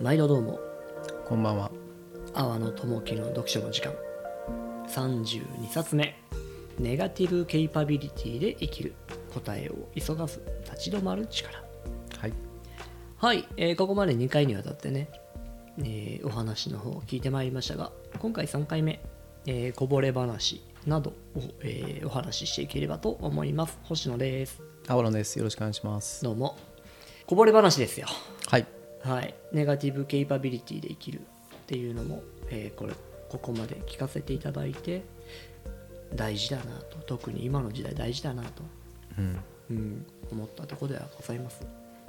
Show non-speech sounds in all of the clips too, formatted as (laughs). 毎度どうもこんばんは。阿波野智樹の読書の時間32冊目「ネガティブ・ケイパビリティで生きる答えを急がず立ち止まる力はい。」はい、えーここまで2回にわたってね、えーお話の方を聞いてまいりましたが今回3回目、えーこぼれ話などを、えーお話ししていければと思います星野です青野です。よろしくお願いします。どうもこぼれ話ですよはい。はい、ネガティブ・ケイパビリティで生きるっていうのも、えーこれここまで聞かせていただいて大事だなと特に今の時代大事だなと、うん。うん、思ったところではございます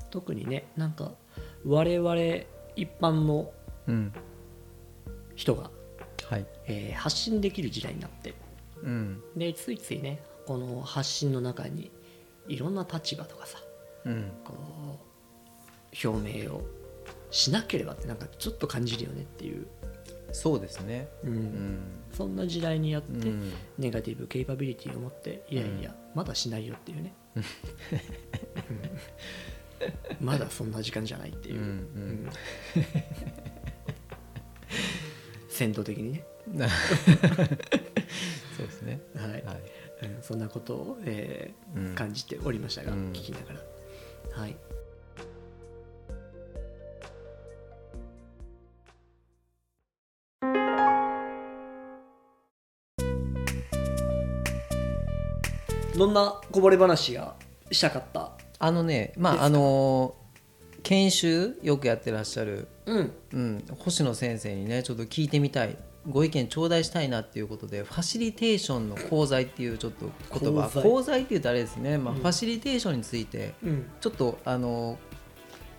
特にねなんか我々一般のうん。人が、はい。えー発信できる時代になってうん。でついついねこの発信の中にいろんな立場とかさうん。こう表明をしなければってなんかちょっと感じるよねっていう、そうですね。うんうん。そんな時代にやって、うん。ネガティブケイパビリティを持っていやいや、まだしないよっていうね、うんまだそんな時間じゃないっていう、うんうんうん先導的にね、そうですね。はいはい。うんそんなことを、えーうん感じておりましたが、うん聞きながらはいどんなこぼれ話がしたかったあのね、まですあかあのー研修よくやってらっしゃる、うんうん、星野先生にねちょっと聞いてみたい。ご意見頂戴したいなっていうことでファシリテーションの功罪っていうちょっと言葉功罪功罪って言うとあれですね、まあうんファシリテーションについてうんちょっとあの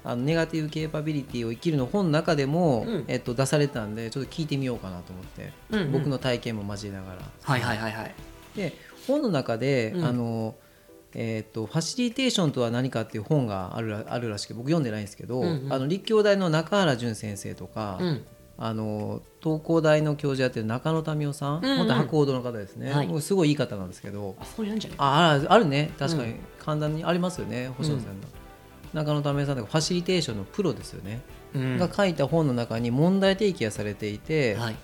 あのネガティブケーパビリティを生きるの本の中でも、うんえっと、出されたんでちょっと聞いてみようかなと思って、うんうん僕の体験も交えながら。はいはいはいはいで本の中で、うんあのえっと「ファシリテーションとは何か」っていう本があるらあるらしくて僕読んでないんですけど、うんうんあの立教大の中原淳先生とか、うんあの東工大の教授やってる中野民夫さん、うんうん元博報堂の方ですね、はいもうすごいいい方なんですけど、あそういうんじゃないああるあるね確かうに簡単にありますよね、星野さんの中野為さんとかファシリテーションのプロですよね、うんが書いた本の中に問題提起がされていて、はい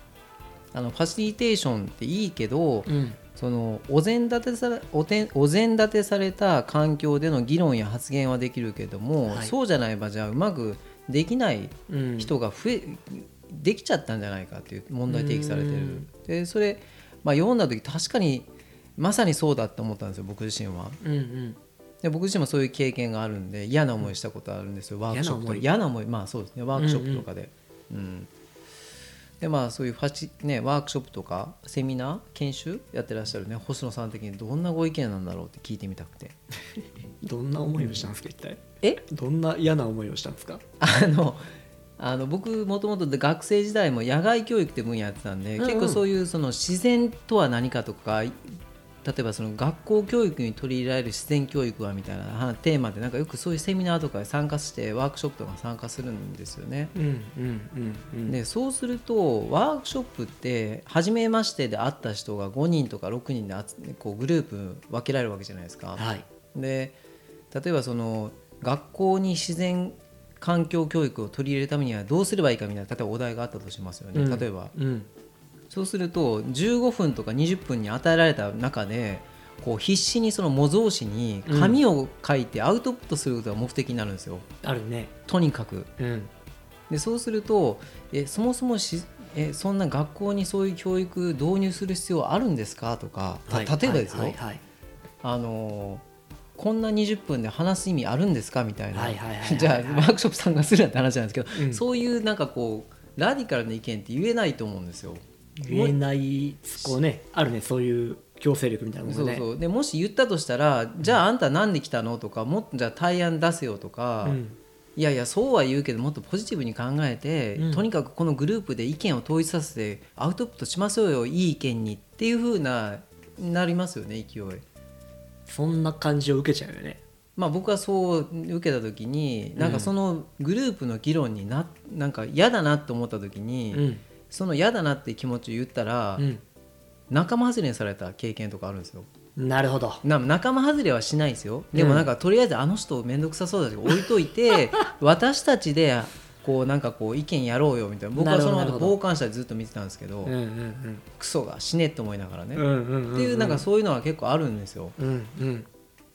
あのファシリテーションっていいけど、うんそのお膳立てされおてんお膳立てされた環境での議論や発言はできるけども、はいそうじゃない場じゃうまくできないうん人が増え、できちゃったんじゃないかっていう問題提起されてるでそれ、まあ、読んだ時確かにまさにそうだって思ったんですよ僕自身は。うんうんで僕自身もそういう経験があるんで嫌な思いしたことあるんですよワークショップとか嫌嫌な思いまあそうですねワークショップとかで、うんでまあそういうファチ、ね、ワークショップとかセミナー研修やってらっしゃるね星野さん的にどんなご意見なんだろうって聞いてみたくてどんな思いをしたんですか一体えどんな嫌な思いをしたんですかあのあの僕もともと学生時代も野外教育って分野やってたんで、うんうん結構そういうその自然とは何かとか例えばその学校教育に取り入れられる自然教育はみたいなテーマでなんかよくそういうセミナーとかに参加してワークショップとかに参加するんですよね。うんうんうんうんでそうするとワークショップって初めましてで会った人が5人とか6人で集こうグループ分けられるわけじゃないですか。はいで例えばその学校に自然環境教育を取り入れるためにはどうすればいいかみたいな例えばお題があったとしますよね、うん例えばうんそうすると15分とか20分に与えられた中でこう必死にその模造紙に紙を書いてアウトプットすることが目的になるんですよ、あるねとにかくうんでそうするとえそもそもしえそんな学校にそういう教育導入する必要あるんですかとか、た例えばですよ、はいはいあのーこんな20分で話す意味あるんですかみたいな、はいはいはいはいはい (laughs) じゃあワークショップ参加するなんて話なんですけど、うんそういうなんかこうラディカルな意見って言えないと思うんですよ。言えないこうねあるねそういう強制力みたいなもそのうねそうでもし言ったとしたらじゃああんた何で来たのとかもっとじゃあ対案出せよとか、うんいやいやそうは言うけどもっとポジティブに考えて、うんとにかくこのグループで意見を統一させてアウトプットしましょうよいい意見にっていう風ななりますよね勢い。そんな感じを受けちゃうよねまあ、僕はそう受けた時になんかそのグループの議論にななんか嫌だなと思った時うに、んその嫌だなって気持ちを言ったら、うん仲間外れにされた経験とかあるんですよなるほどな仲間外れはしない (laughs) ですよでもなんかとりあえずあの人面倒くさそうだし置いといて私たちでこうなんかこう意見やろうよみたいな僕なはるほそどのなる後ほど傍観者でずっと見てたんですけど、うんうんクソが死ねって思いながらね、うんうんうんうんっていうなんかそういうのは結構あるんですようんうん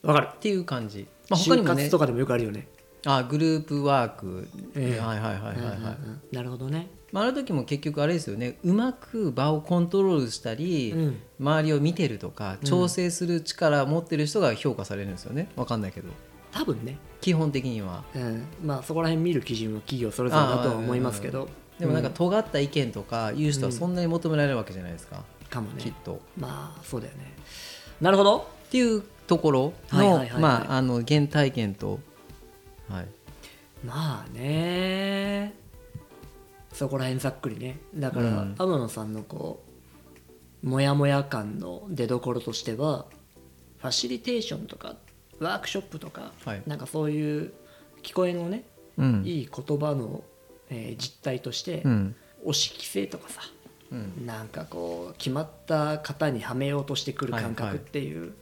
わかるっていう感じ、まあ、他に就もね活とかでもよくあるよねあグループワーク、ええはいはいはいはいはい、うんうんうんなるほどねまあ、あの時も結局あれですよねうまく場をコントロールしたり、うん周りを見てるとか調整する力を持ってる人が評価されるんですよねわかんないけど多分ね基本的にはうんまあそこら辺見る基準は企業それぞれだとは思いますけどでもなんか尖った意見とか言う人はそんなに求められるわけじゃないですか、かもきっねと。まあそうだよねなるほどっていうところはいはいのはいはいまああの原体験と、はい、まあねそこら辺ざっくりねだから、うん天野さんのこうモヤモヤ感の出どころとしてはファシリテーションとかワークショップとか、はいなんかそういう聞こえのね、うんいい言葉の、えー実態として、うん押し規制とかさうんなんかこう決まった型にはめようとしてくる感はい覚っはいていう、う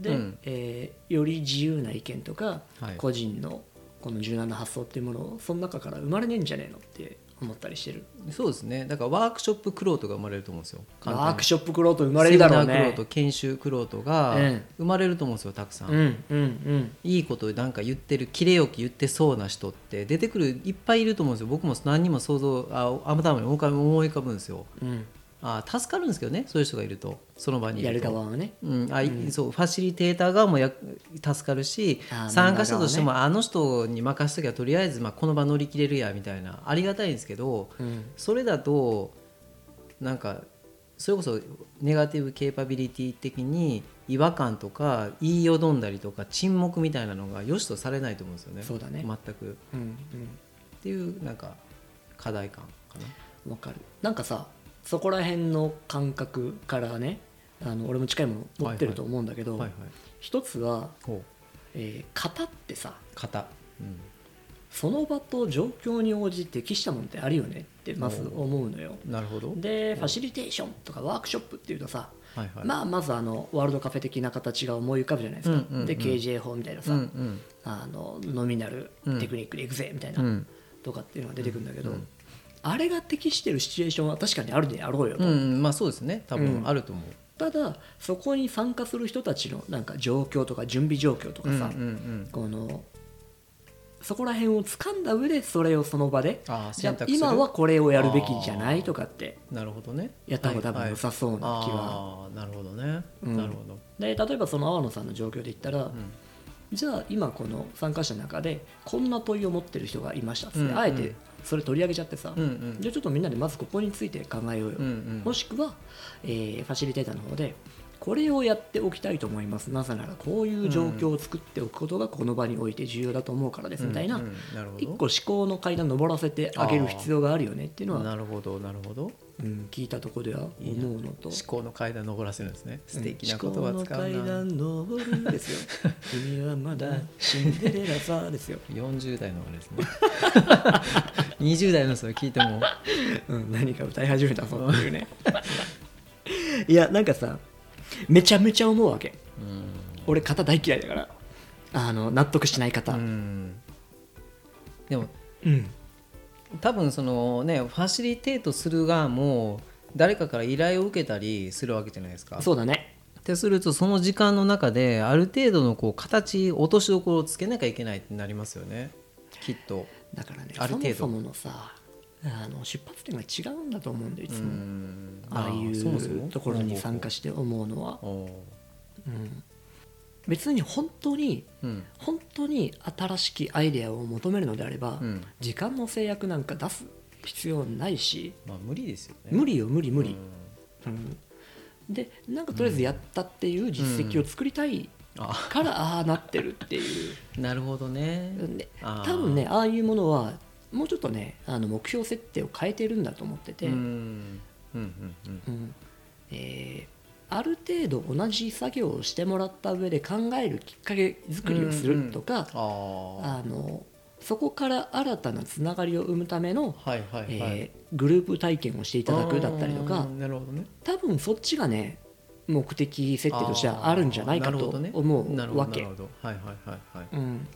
で、んえーより自由な意見とか、はい個人のこの柔軟な発想っていうものをその中から生まれねえんじゃねえのって思ったりしてるそうですねだからワークショップクロートが生まれると思うんですよ簡単にワークショップクロート生まれるだろうセミナーねクロート研修クロートがうん生まれると思うんですよたくさん、うんうんうんいいことなんか言ってるキレよく言ってそうな人って出てくるいっぱいいると思うんですよ僕も何にも想像あ頭に思い浮かぶ思い浮かぶんですようんあ助かるんですけどねそういう人がいるとその場にいやるると側はねうんあいそうファシリテーター側もや助かるしあー参加者としても、あの人に任せときゃとりあえず、まあ、この場乗り切れるやみたいなありがたいんですけどうんそれだとなんかそれこそネガティブケーパビリティ的に違和感とか言いよどんだりとか沈黙みたいなのが良しとされないと思うんですよねそうだね全くっうんていうなんか課題感かなうんわかるなんかさそこら辺の感覚からねあの俺も近いもの持ってると思うんだけど、はいはい一つは、ほうえー型ってさ型、うんその場と状況に応じて適したものってあるよねってまずおう思うのよなるほどでファシリテーションとかワークショップっていうとさ、はいはいまあ、まずあのワールドカフェ的な形が思い浮かぶじゃないですか、うんうんうんで KJ 法みたいなさ、うんうんあのノミナルテクニックでいくぜみたいな、うんとかっていうのが出てくるんだけど、あれが適してるシチュエーションは確かにあるであろうよと、うんうんまあそうですね多うん分あると思う、ただそこに参加する人たちのなんか状況とか準備状況とかうんうんうさ、ん、このそこら辺を掴んだ上でそれをその場であーじゃ選あ択する今はこれをやるべきじゃないとかってなるほどねやった方が多分良さそうな気は、ああーなるほどね、うんなるほどで例えばその阿波野さんの状況で言ったら、じゃあ今この参加者の中でこんな問いを持ってる人がいましたっつって、うんうんあえてそれ取り上げちゃってさ、うんうんじゃあちょっとみんなでまずここについて考えようよ、うんうんもしくは、えーファシリテーターの方でこれをやっておきたいと思いますなぜならこういう状況を作っておくことがこの場において重要だと思うからですみたいな、うんうんなるほど一個思考の階段登らせてあげる必要があるよねっていうのは、なるほどなるほどうん、聞いたとこでは思うのと思考の階段登らせるんですね素敵なこ言と葉の使う階な、段登るんですよ (laughs) 君はまだシンデレラさですよ、 40代のあれです (laughs) ね20代のそれ聞いてもうん、何か歌い始めたそうっていう (laughs) ねいやなんかさめちゃめちゃ思うわけう俺型大嫌いだからあの納得しない方ん、うん、でもうん多分そのねファシリテートする側も誰かから依頼を受けたりするわけじゃないですかそうだねってするとその時間の中である程度のこう形落としどころをつけなきゃいけないってなりますよねきっとだからねある程度そもそものさあの出発点が違うんだと思うんだよいつも、んああいうところに参加して思うのはおー別に本当にうん本当に新しきアイデアを求めるのであれば、うん時間の制約なんか出す必要ないしまあ無理ですよね無理よ無理無理うん、うんでなんかとりあえずやったっていう実績を作りたいあから、ああなってるっていう (laughs) なるほどねであー多分ねああいうものはもうちょっとねあの目標設定を変えてるんだと思ってて、うんうんうんうんうんえーある程度同じ作業をしてもらった上で考えるきっかけ作りをするとか、ああのそこから新たなつながりを生むための、あはいはいはい、えーグループ体験をしていただくだったりとあかーなるほどね多分そっちがね目的設定としてはあるんじゃないかあーなるとほどね思なるうほどわけなる。ほどはいはいはいはいうん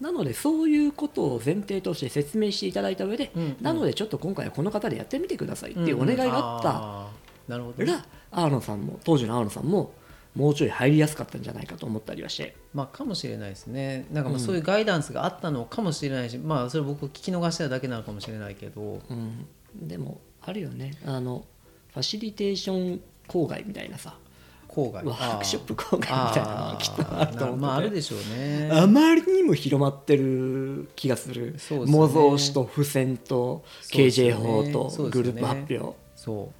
なのでそういうことを前提として説明していただいた上で、うんうんなのでちょっと今回はこの方でやってみてくださいってんいうお願いがあったあーなるほどね、ら、アーノさんも当時のアーノさんももうちょい入りやすかったんじゃないかと思ったりはしてまあ、かもしれないですねなんかまあそういうガイダンスがあったのかもしれないし、まあそれ僕聞き逃しただけなのかもしれないけどうん、でもあるよねあのファシリテーション郊外みたいなさ郊外ワークショップ郊外みあたいなのがーきっとあると思うなのまああるでしょうねあまりにも広まってる気がするそうですね模造紙と付箋とそうですね KJ 法そとうでグすねループ発表、そ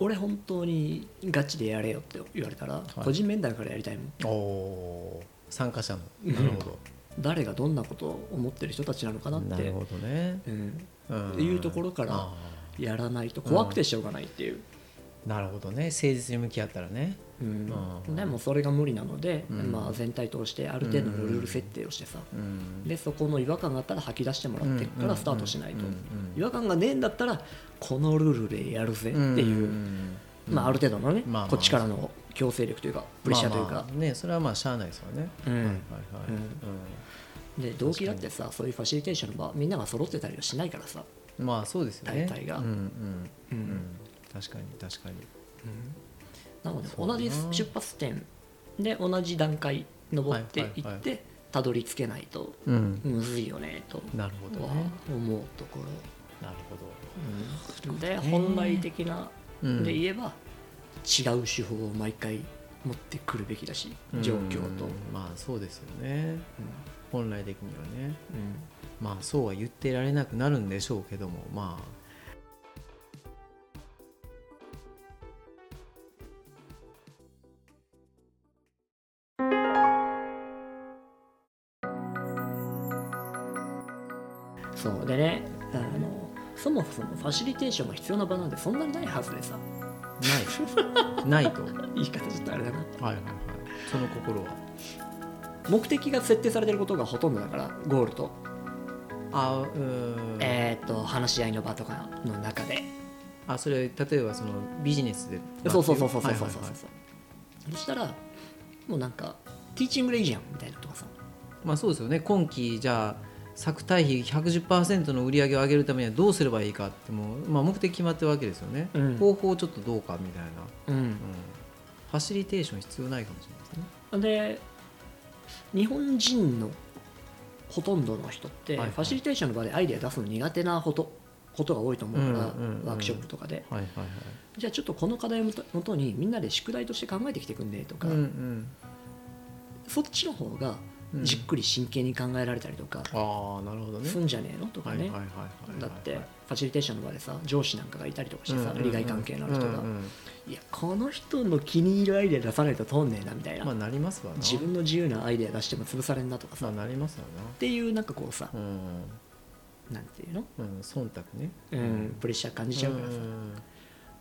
俺本当にガチでやれよって言われたら、い個人面談からやりたいもんうおー参加者のうんなるほ誰がどんなことを思ってる人たちなのかなどってなるほどね、うん、うんっていうところからあやらないと怖くてしょうがないっていう、ーなるほどね誠実に向き合ったらねうんうんでもそれが無理なので、うんまあ、全体通してある程度のルール設定をしてさ、うんでそこの違和感があったら吐き出してもらってからスタートしないと、うんうんうん違和感がねえんだったらこのルールでやるぜっていう、んまあ、ある程度のね、まあまあこっちからの強制力というかプレッシャーというか、まあまあねそれはまあしゃあないですよね、うんはいはいはい、うんうで動機だってさそういうファシリテーションの場みんなが揃ってたりはしないからさ、んまあそうですよね大体がうんうんううんん、確かに確かになのでそうだ同なじ出発点で同じ段階登っていって、はいはいはたどり着けないとうんむずいよねとなるほどはね思うところ。なるほどでね本来的なうんで言えば違う手法を毎回持ってくるべきだし状況と、ううんんまあそうですよね本来的にはねうんまあそうは言ってられなくなるんでしょうけどもまあそうでねあのそもそもファシリテーションが必要な場なんてそんなにないはずでさない (laughs) ないとはい言い方ちょっとあれだなはいはいその心は目的が設定されてることがほとんどだからゴールと、あうーんえーっと話し合いの場とかの中であそれ例えばそのビジネスでそうそうそうそうそうはいそはういそう、はいそしたらもうなんかティーチングでいいじゃんみたいなとかさまあそうですよね今期じゃあ作対比110%の売り上げを上げるためにはどうすればいいかってもう、まあ、目的決まってるわけですよね、うん方法ちょっとどうかみたいな、うんうんファシリテーション必要ないかもしれないですねで日本人のほとんどの人って、はいはいファシリテーションの場でアイデア出すの苦手なことことが多いと思うから、うんうんうんワークショップとかではいはいはいじゃあちょっとこの課題をもともとにみんなで宿題として考えてきてくんねとか、うんうんそっちの方がうんじっくり真剣に考えられたりとか、ああなるほどねすんじゃねえのとかはいね、はいはいはいはいだってファシリテーションの場でさ上司なんかがいたりとかしてさ、うんうんうん利害関係のある人が、うんうんいやこの人の気に入るアイデア出さないと通んねえなみたいな、まあなりますわな自分の自由なアイデア出しても潰されんなとかさ、まあっなりますわていうなんかこうさ、なうんなんていうの、うん忖度ねうん、プレッシャー感じちゃうからさ、んだか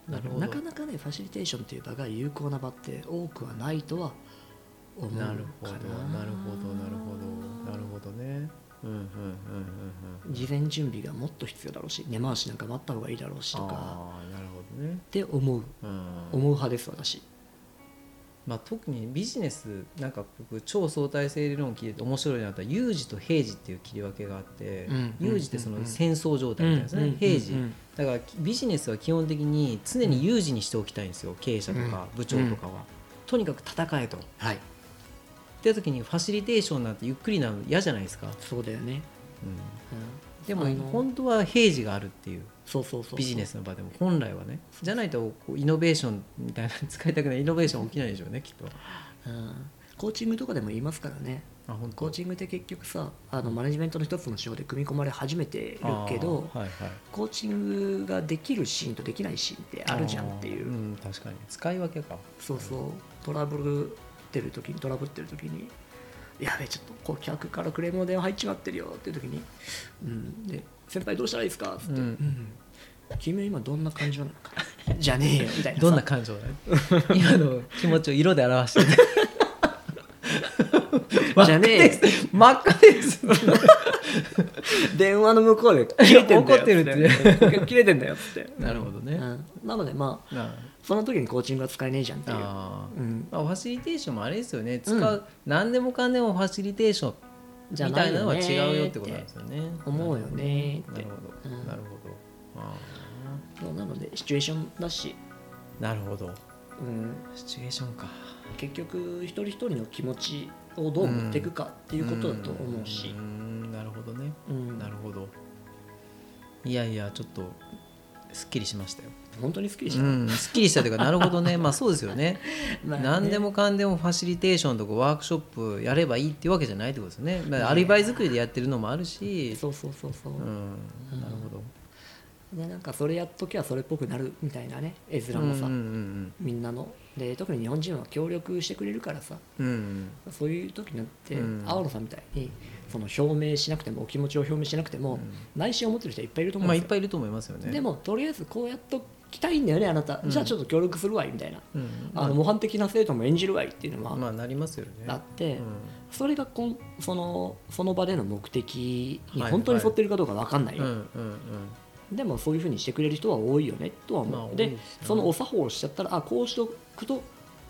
らななるほかどなかねファシリテーションという場が有効な場って多くはないとは思うかななるほどなるほどなるほどなるほどねうんうんうんうんうん事前準備がもっと必要だろうし根回しなんか待った方がいいだろうしとかああなるほどねって思ううん思う派です私まあ、特にビジネスなんか僕超相対性理論を聞いてて面白いなとは有事と平時っていう切り分けがあって、うん有事ってそうんの戦争状態みたいなんですね、うん平時、うんだからビジネスは基本的に常に有事にしておきたいんですよ経営者とか部長とかは、とにかく戦えとっはいて時にファシリテーションなんてゆっくりなの嫌じゃないですか、そうだよね、うん、であもの本当は平時があるっていうそうそうそうビジネスの場でも本来はねじゃないとこうイノベーションみたいなの使いたくないイノベーション起きないでしょうねきっとうん、コーチングとかでも言いますからねあ本コーチングって結局さあのマネジメントの一つの手法で組み込まれ始めてるけどはいはいコーチングができるシーンとできないシーンってあるじゃんっていう、あーん確かに使い分けかそうそうトラブルってる時にトラブってる時にやべえちょっと顧客からクレームの電話入っちまってるよっていう時に、うん、で先輩どうしたらいいですかっつって、うんうん君は今どんな感情なのか (laughs) じゃねえよみたいなさどんな感情だね今の気持ちを色で表して (laughs) るじゃねえよ真っ赤です電話の向こうで切れてんだよ怒ってるってつ顧 (laughs) 客切れてんだよっつって (laughs) なるほどねうん、なのでまあなその時にコーチングは使えねえじゃんっていうあー、うんまあ、ファシリテーションもあれですよね使うんう、何でもかんでもファシリテーションじゃみなたいいなのよはね違うよってことなんですよね。思うよねっなてるほどうんなるほどあそうなのでシチュエーションだし、ーなるほどうん、シチュエーションか結局一人一人の気持ちをどう持っていくかっていうことだと思うしー、んなるほどねうんなるほどいやいやちょっとすっきりしましたよ、本当に好きでしうた、ん、すっきりしたという (laughs) かなるほどねまあそうですよね (laughs) まあね何でもかんでもファシリテーションとかワークショップやればいいっていうわけじゃないってことですよね、まあ、アリバイ作りでやってるのもあるし、そうそうそうそう、うん、なるほどでなんかそれやっときゃそれっぽくなるみたいなね絵面もさ、うんうんみんなので特に日本人は協力してくれるからさうんうんそういう時になって、うん青野さんみたいにその表明しなくてもお気持ちを表明しなくても、内心を持ってる人はいっぱいいるとうん思まうあんでいすよ、っぱいいると思いますよねでもとりあえずこうやっときたいんだよねあなた、じゃあちょっと協力するわいみたいな、うんあの模範的な生徒も演じるわいっていうのまはあなりますよねあって、うんそれがこんそのその場での目的にはい本当に沿ってるかどうか分かんないよ、うんうんでもそういうふうにしてくれる人は多いよねとは思う、まあ多いでですねそのお作法をしちゃったらあこうしておくと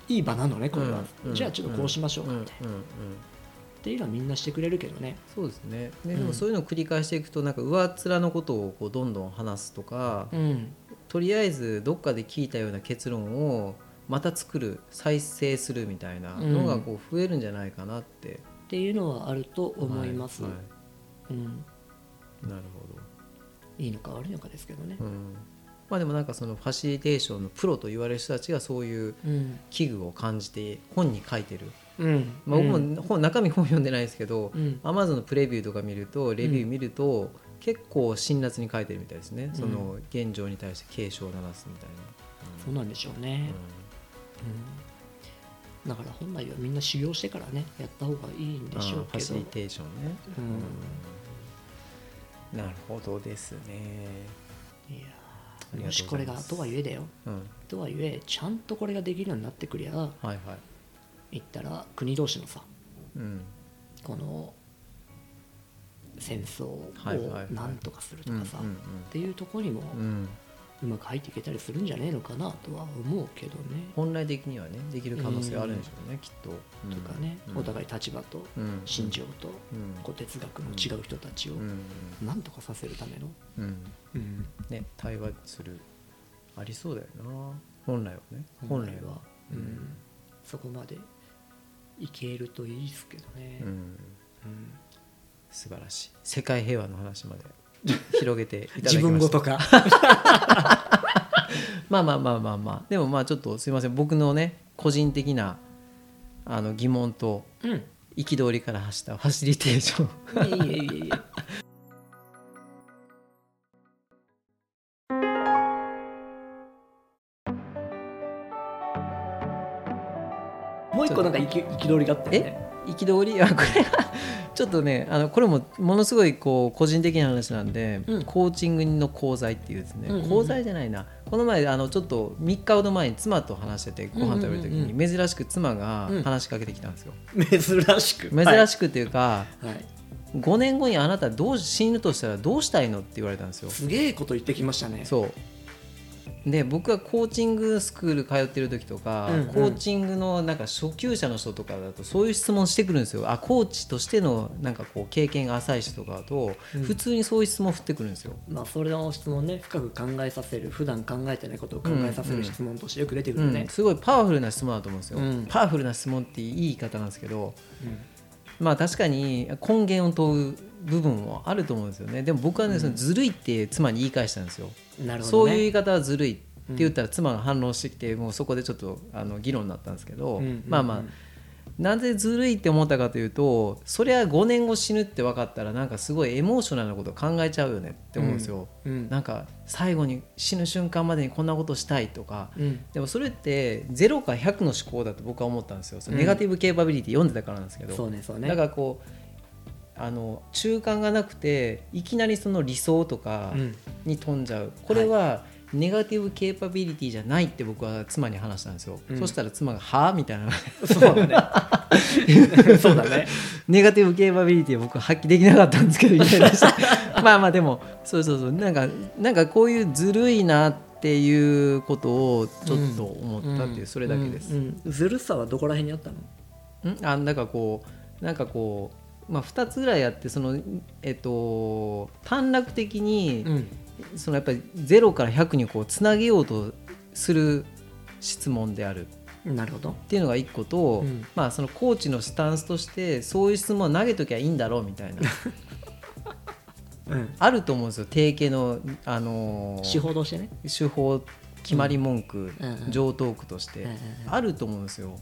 いい場なのねこれは、うんうんじゃあちょっとこうしましょううんかうんみうんたいな、っていうのはみんなしてくれるけどねそうですねうでんでもそういうのを繰り返していくとなんか上っ面のことをこうどんどん話すとかうんとりあえずどっかで聞いたような結論をまた作る再生するみたいなのがこう増えるんじゃないかなってっていうのはあると思います、ははういん、なるほいいのか悪いのかですけどねど、うんまあ、でもなんかそのファシリテーションのプロと言われる人たちがそういううん器具を感じて本に書いてる、うんまあ、僕うんも本中身本読んでないですけど、うんアマゾンのプレビューとか見るとレビュー見ると、結構辛辣に書いてるみたいですね、その現状に対して警鐘を鳴らすみたいそうなんでしょうな、ねう、んだから本来はみんな修行してからねやった方がいいんでしょうあけどーファシリテーションね、うんなるほどですね、いやありーがとうございまもすしこれがとはいえだようん、とはいえちゃんとこれができるようになってくりゃはいはい、言ったら国同士のさうん、この戦争をはいはいはいなんとかするとかさうんうんうんっていうところにもうん、うまく入っていけたりするんじゃねえのかなとは思うけどね。本来的にはねできる可能性あるんでしょうね、きっと。とかねうんお互い立場とうん信条とうんこう哲学の違う人たちをうんなんとかさせるための、うんうんね、対話するありそうだよな本来はね本本来来はは、、ううんん、そこまでいけるといいですけどねう。ん、素晴らしい世界平和の話まで (laughs) 広げていただきました自分ごとか。まあまあまあまあまあでもまあちょっとすいません僕のね個人的なあの疑問とうん憤りから発したファシリテーションいえいえいえいえ。もう一個なんか憤憤りがあったよね。憤りあこれはちょっとねあのこれもものすごいこう個人的な話なんで、うんコーチングの講座っていうですね、うんうんうん講座じゃないなこの前あのちょっと3日ほど前に妻と話しててご飯食べる時うんうんに珍しく妻がうん話しかけてきたんですよ、珍しく。珍しくっていうか、く。はい。 5年後にあなたどう死ぬとしたらどうしたいのって言われたんですよすげえこと言ってきましたね。そうで僕はコーチングスクール通ってる時とか、うんうんコーチングのなんか初級者の人とかだとそういう質問してくるんですよあコーチとしてのなんかこう経験が浅い人とかだと、うん普通にそういう質問振ってくるんですよ。まあそれの質問ね、深く考えさせる、普段考えてないことを考えさせる質問としてよく出てくるうねん。すごいパワフルな質問だと思うんですよ、うんパワフルな質問っていい言い方なんですけどまあ確かに根源を問う部分もあると思うんですよねでも僕はね、そのずるいって妻に言い返したんですよ。うんなるほそどういうね。言い方はずるいって言ったら妻が反論してきて、もうそこでちょっとあの議論になったんですけど、うんうんうんまあまあなぜずるいって思ったかというとそりゃ5年後死ぬって分かったらなんかすごいエモーショナルなこと考えちゃうよねって思うんですよ、うんなんか最後に死ぬ瞬間までにこんなことしたいとか、うんでもそれって0か100の思考だと僕は思ったんですよそのネガティブケーパビリティ読んでたからなんですけど、そうね、そうね。だからこうあの中間がなくていきなりその理想と (laughs) かうんに飛んじゃう、これはネガティブケーパビリティじゃないって僕は妻に話したんですよ、うんそしたら妻が「はあ?」みたいなそうだね。そうだね。 (laughs) ネガティブケーパビリティを僕は発揮できなかったんですけどみたいな (laughs) まあまあでもそうそうそうなんかなんかこういうずるいなっていうことをちょっと思ったっていう、それだけです。うんうんずるさはどこら辺にあったのんあなんかこうなんかこうまあ、2つぐらいあってその、えっと、短絡的に、うんそのやっぱり0から100にこうつなげようとする質問であるっなるほどていうのが1個と、うんまあ、そのコーチのスタンスとしてそういう質問を投げときゃいいんだろうみたいなうんあると思うんですよ定型の、あのー手法としてね手法決まり文句、うんうん上等句として、うんうんあると思うんですよ。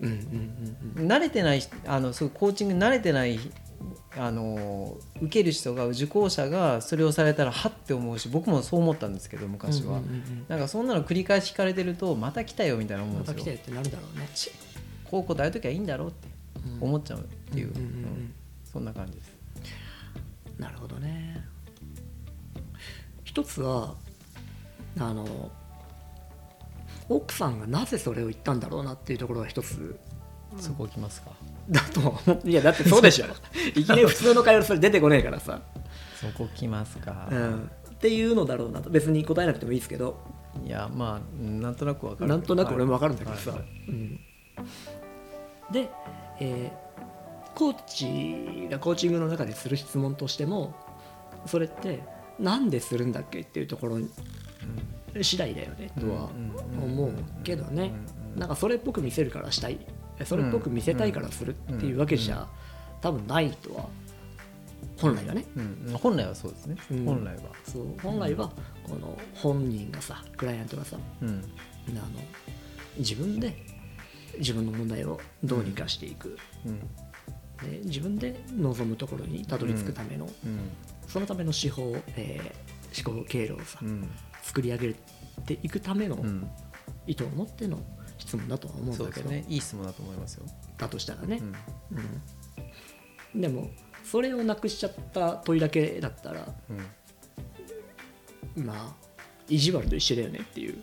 うんうんうん慣れてない人あのそういうコーチングに慣れてないあの受ける人が受講者がそれをされたらはって思うし僕もそう思ったんですけど昔は、うんうんうんなんかそんなの繰り返し聞かれてるとまた来たよみたいなうん思うんまですたよ来てってなるだろうねちこう答えときゃいいんだろうってうん思っちゃうっていう、うんうんうんうんうんそんな感じですなるほどね一つはあの奥さんがなぜそれを言ったんだろうなっていうところが一つそこ行きますかだと思う (laughs) いやだってそうでしょいきなり普通の会話でそれ出てこねえからさ、そこ来ますかう、ん、っていうのだろうなと別に答えなくてもいいですけどいやまあうんなんとなくわかるなんとなく俺も分かるんだけどさ、はいはいうんで、えーコーチがコーチングの中でする質問としてもそれってなんでするんだっけっていうところに次第だよねとは思うけどねなんかそれっぽく見せるからしたいそれっぽく見せたいからするっていうわけじゃ多分ないとは本来はねうんうん本来はそうですね、うん本来は、そう本来はこの本人がさクライアントがさうんあの自分で自分の問題をどうにかしていく、うんで自分で望むところにたどり着くための、うんそのための手法、えー思考経路をさ、うん作り上げていくためのうん意図を持っての質問だとは思うんそうだでけすど、ねいい質問だと思いますよ、だとしたらねう、んうんでもそれをなくしちゃった問いだけだったら (laughs) うんまあ意地悪と一緒だよねっていう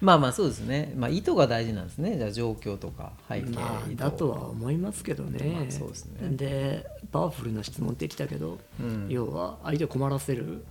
まあまあそうですね、まあ、意図が大事なんですねじゃあ状況とか背景、まあ意図だとは思いますけどね,、まあそうですねでパワフルな質問ってきたけど、うん要は相手を困らせる、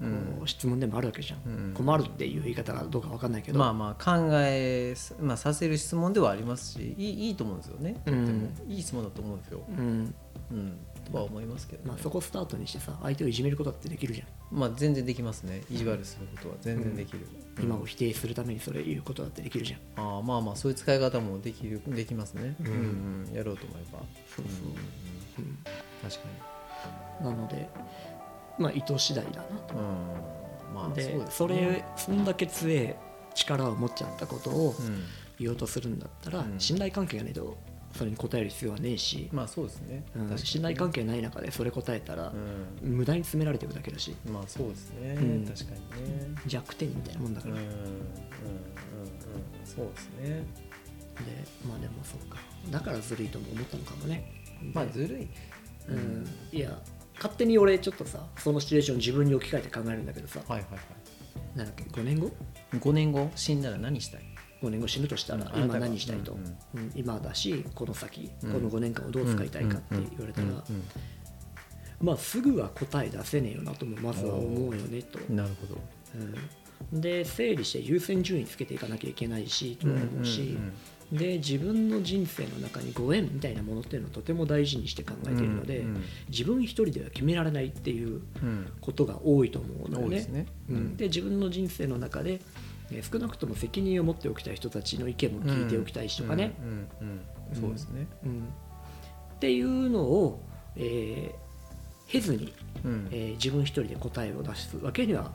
うんこう質問でもあるわけじゃん、うん困るっていう言い方がどうか分かんないけど、まあまあ考え、まあ、させる質問ではありますしいいいいと思うんですよね、うんとてもいい質問だと思うんですよ、うんうん、とは思いますけど、ねまあ、そこスタートにしてさ相手をいじめることだってできるじゃん、まあ全然できますね意地悪することは全然できる、うん今を否定するためにそれ言うことだってできるじゃんああまあまあそういう使い方もできるできますね、うんうんやろうと思えばそうそうんうん確かになのでまあ意図次第だなとうんまあでそうですねそれそんだけ強い力を持っちゃったことをうん言おうとするんだったら、うん信頼関係がねえとそれに応える必要はねえし、まあそうですね、うん確かに信頼関係ない中でそれ答えたら、う無駄に詰められてるだけだしんまあそうですね、うん確かにね弱点みたいなもんだかうんら、うんうんでうんそうですねまあでもそうかだからずるいとも思ったのかもねまあでずるいうん、いや勝手に俺ちょっとさそのシチュエーション自分に置き換えて考えるんだけどさ、はいはいはなんだっけ5年後い5年後死んだら何したい5年後死ぬとしたらうんあなた今が何したいと、うんうん今だしこの先、うんこの5年間をどう使いたいかって言われたら、うんうんまあすぐは答え出せねえよなともまずは思うよねとう、んなるほどうんで整理して優先順位つけていかなきゃいけないしとも思うし、で自分の人生の中にご縁みたいなものっていうのをとても大事にして考えているので、うんうん自分一人では決められないっていううんことが多いと思うの多いで,、ですねう、うんんで自分の人生の中でえー少なくとも責任を持っておきたい人たちの意見も聞いておきたいしとかね、うんうんうんそうですねうんっていうのを、えー経ずに、うんえー自分一人で答えを出すわけには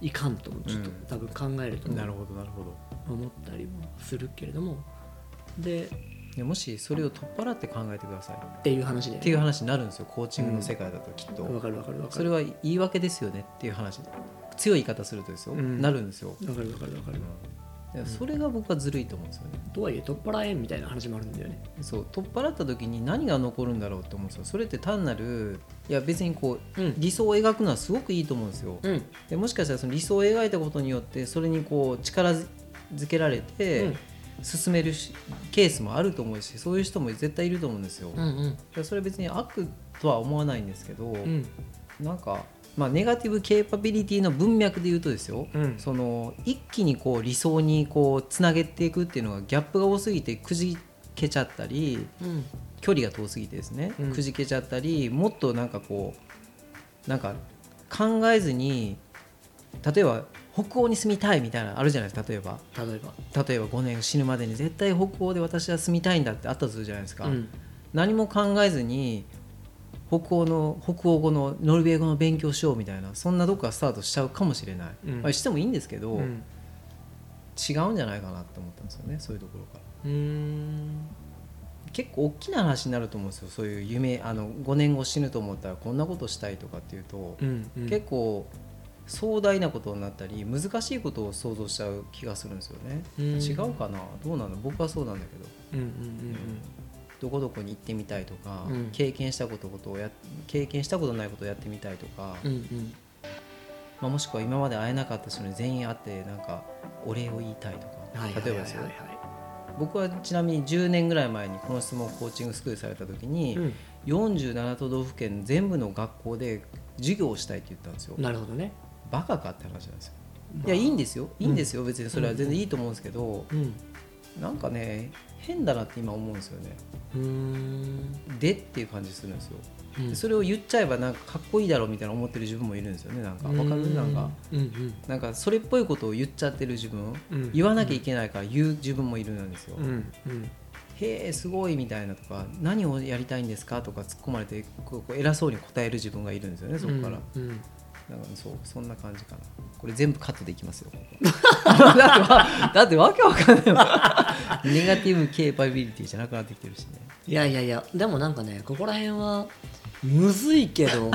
いかんともちょっとうん多分考えるとなるほどなるほど思ったりもするけれども、ででもしそれを取っ払って考えてくださいっっていう話で、ていう話になるんですよコーチングの世界だときっと、わかるわかるわかそれるは言い訳ですよねっていう話強い言い方するとですよ、うんなるんですよ、わかるわかるわかる、いやそれが僕はずるいと思うんですよねとはいえ取っ払えみたいな話もあるんだよねそう取っ払った時に何が残るんだろうと思うんですよそれって単なるいや別にこう、うん理想を描くのはすごくいいと思うんですよ、うんでもしかしたらその理想を描いたことによってそれにこう力づけられうてん進めるしケースもあると思うしそういう人も絶対いると思うんですよ、ういんうんやそれは別に悪とは思わないんですけど、うんなんか、まあ、ネガティブケーパビリティの文脈で言うとですよ、うんその一気にこう理想にこうつなげていくっていうのがギャップが多すぎてくじけちゃったりうん距離が遠すぎてですね、うんくじけちゃったりもっとなんかこうなんか考えずに例えば北欧に住みたいみたいなのあるじゃないですか例えば例えば例えば5年死ぬまでに絶対北欧で私は住みたいんだってあったとするじゃないですか、うん何も考えずに北欧の北欧語のノルウェー語の勉強しようみたいなそんなどこからスタートしちゃうかもしれない、うんまあ、してもいいんですけど、うん違うんじゃないかなって思ったんですよねそういうところがうーん結構大きな話になると思うんですよそういう夢あの5年後死ぬと思ったらこんなことしたいとかっていうと、うんうん結構壮大なことになったり難しいことを想像しちゃう気がするんですよね、うん違うかなどうなんだ僕はそうなんだけどうんうんどこどこに行ってみたいとか、うん経験したことことをや経験したことないことをやってみたいとか、うんうんうんまあ、もしくは今まで会えなかった人に全員会ってなんかお礼を言いたいとか、うんはいはい例はえいばはですよい僕はちなみに10年ぐらい前にこの質問をコーチングスクールされた時に、はい47都道府県全部の学校で授業をしたいって言ったんですようんなるほどねバカかって話なんですよ、まあいやいいんですよいいんですよ、別にそれは全然いいと思うんですけど、うんうなんかね変だなって今思うんですよねーんでっていう感じするんですようんでそれを言っちゃえばなんかかっこいいだろうみたいな思ってる自分もいるんですよねなんかわかるなんかうんうんなんかそれっぽいことを言っちゃってる自分うん言わなきゃいけないから言う自分もいるんですよ、うんうんへえすごいみたいなとか何をやりたいんですかとか突っ込まれてこうこう偉そうに答える自分がいるんですよねそこから、うんなんかそうそんな感じかなこれ全部カットできますよこ (laughs) こだってわだってわけわかんないもんネガティブケーパビリティじゃなくなってきてるしねいやいやいやでもなんかねここら辺はむずいけ (laughs) ど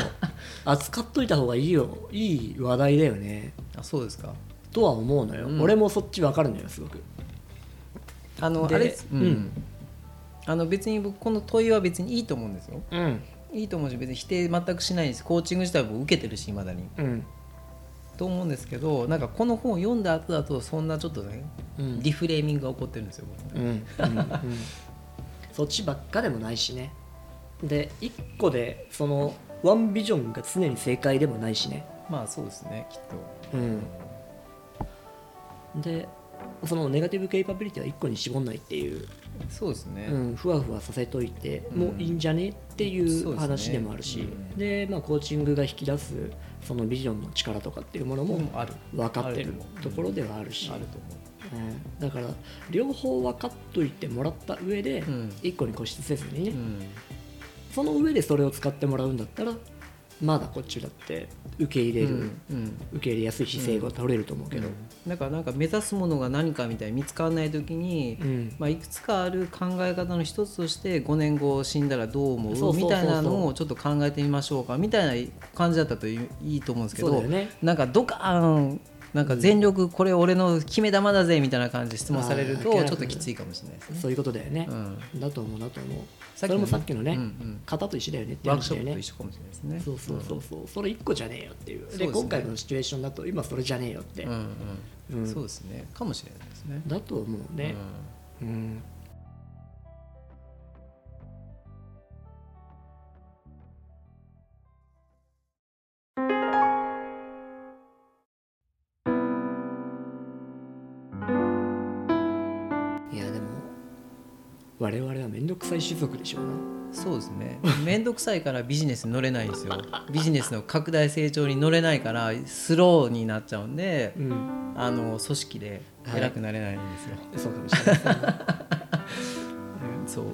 扱っといた方がいいよいい話題だよねあそうですかとは思うのよ、うん俺もそっちわかるのよすごくあのであれですうん、うんあの別に僕この問いは別にいいと思うんですようんいいと思うし別に否定全くしないですコーチング自体も受けてるしいまだにうんと思うんですけどなんかこの本を読んだ後だとそんなちょっとねうんリフレーミングが起こってるんですよ僕うんうんうん (laughs) そっちばっかでもないしねで一個でそのワンビジョンが常に正解でもないしねまあそうですねきっうとんでそのネガティブケイパビリティは一個に絞んないっていう、そうですね、うん、ふわふわさせといてうんもういいんじゃねっていそううですね話でもあるし、うんでまあ、コーチングが引き出すそのビジョンの力とかっていうものももうある分かってるあるところではあるし、あると思うん、だから両方分かっといてもらった上でう、うん一個に固執せずにね、うんその上でそれを使ってもらうんだったらまだこっちだって受け入れる、うん受け入れやすい姿勢が取れると思うけど、だからなんか目指すものが何かみたいに見つからない時に、うんまあ、いくつかある考え方の一つとして5年後死んだらどう思うそうそうそうそうみたいなのをちょっと考えてみましょうかみたいな感じだったといいいいと思うんですけそうど、だよねなんかドカーンなんか全力これ俺の決め玉だぜみたいな感じで質問されるとあちーょっときついかもしれないですね。そういうことだよねう、んだと思うだと思うさそっきれのねもさっきのね、うんうん型と一緒だよねってワーク話シだョよップとね一緒かもしれないですね。そうそうそうそうそれ一個じゃねえよっていうそでうですね今回のシチュエーションだと今それじゃねえよって、うんうんうんそうですね。かもしれないですね。だと思うね、うんいやでも我々は面倒くさい種族でしょうなうんそうですね。面倒くさいからビジネスに乗れないんですよ。ビジネスの拡大成長に乗れないからスローになっちゃうんで、うんあの組織で偉くなれないんですそよ。うかもしれないですねうんそう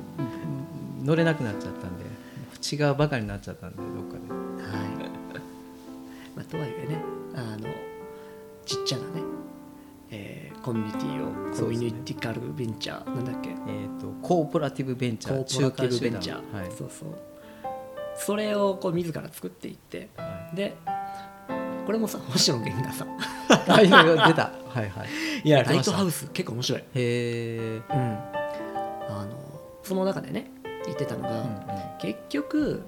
乗れなくなっちゃったんで、違うバカになっちゃったんでどっかで。はいまあ、とはいえねあのちっちゃなね、えーコミュニティをコミュニティカルベンチャー、なんだっけえー、とコーポラティブベンチコャーーポラティブベンチャ中ー、間集団そうそうそれをこう自ら作っていってはでこれもさ星野源がさい、はい、あいやいや出たはいはいいや出ましたライトハウス結構面白い、へえ、うん、あのその中でね言ってたのが、結局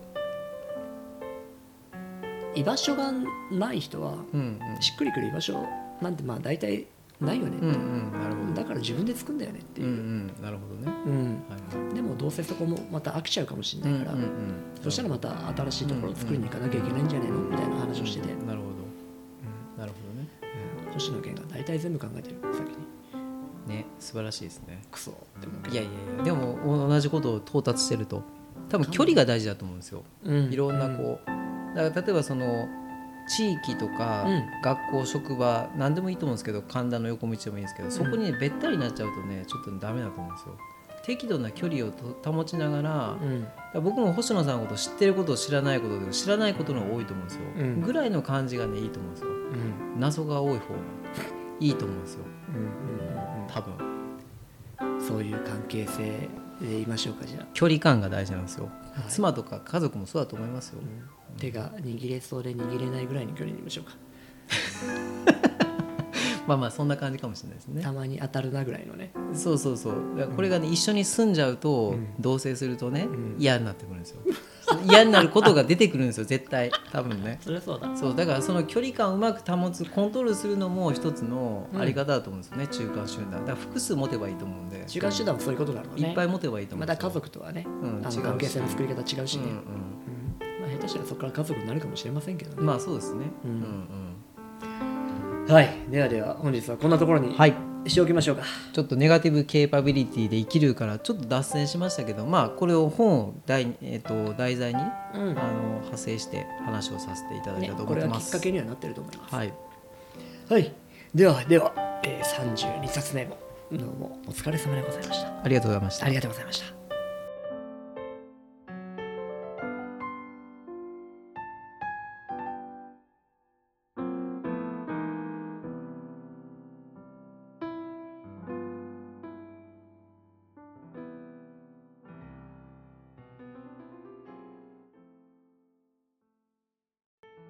居場所がない人はうんうんしっくりくる居場所なんてまあ大体ないよね、うんうんなるほどだから自分で作んだよねってうんいうう、んなるほどねうんはいでもどうせそこもまた飽きちゃうかもしれないから、うんうんうんそしたらまた新しいところを作りに行かなきゃいけないんじゃないのみたいな話をしてて、なるほどなるほどね星野源が大体全部考えてる先にね素晴らしいですねクソって思うけいやいやいやでもお同じことを到達してると多分距離が大事だと思うんですよど、ういろんなこう、だから例えばその地域とか、うん学校職場何でもいいと思うんですけど神田の横道でもいいんですけどそこにねべったりになっちゃうとねちょっとダメだと思うんですよ適度な距離をと保ちながら、だかうん、うんら僕も星野さんのこと知ってることを知らないことで知らないことの方が多いと思うんですよ、うんぐらいの感じがねいいと思うんですよ謎が多い方がいいと思うんですようんうん多分うんそういう関係性で言いましょうかじゃ距離感が大事なんですよ、あ、はい妻とか家族もそうだと思いますよ、手が握れそうで握れないぐらいの距離にいましょうかまあまあそんな感じかもしれないですねたまに当たるなぐらいのねそうそうそうだからこれがね、一緒に住んじゃうと、うん同棲するとね、ん嫌になってくるんですよ嫌になることが出てくるんですよ絶対多分ねそりゃそうだそうだからその距離感をうまく保つコントロールするのも一つのあり方だと思うんですよね、中間集団だから複数持てばいいと思うんで中間手段もそういうことだろうねいっぱい持てばいいと思まうんでたすよ家族とはね、んあ違うしの関係性の作り方違うしね、うんうんうんまあ、下手したらそこから家族になるかもしれませんけどね、まあそうですね、うんうんはいではでは本日はこんなところうにんはいしておきましょうか、ちょっとネガティブケーパビリティで生きるからちょっと脱線しましたけどまあこれを本を題,、えー、と題材にあうんの派生して話をさせていただいねたとこ思っれてはまきっす、かけにはなってると思いますはい、はい、ではでは、えー、32冊目もどうもお疲れ様でございましたありがとうございましたありがとうございました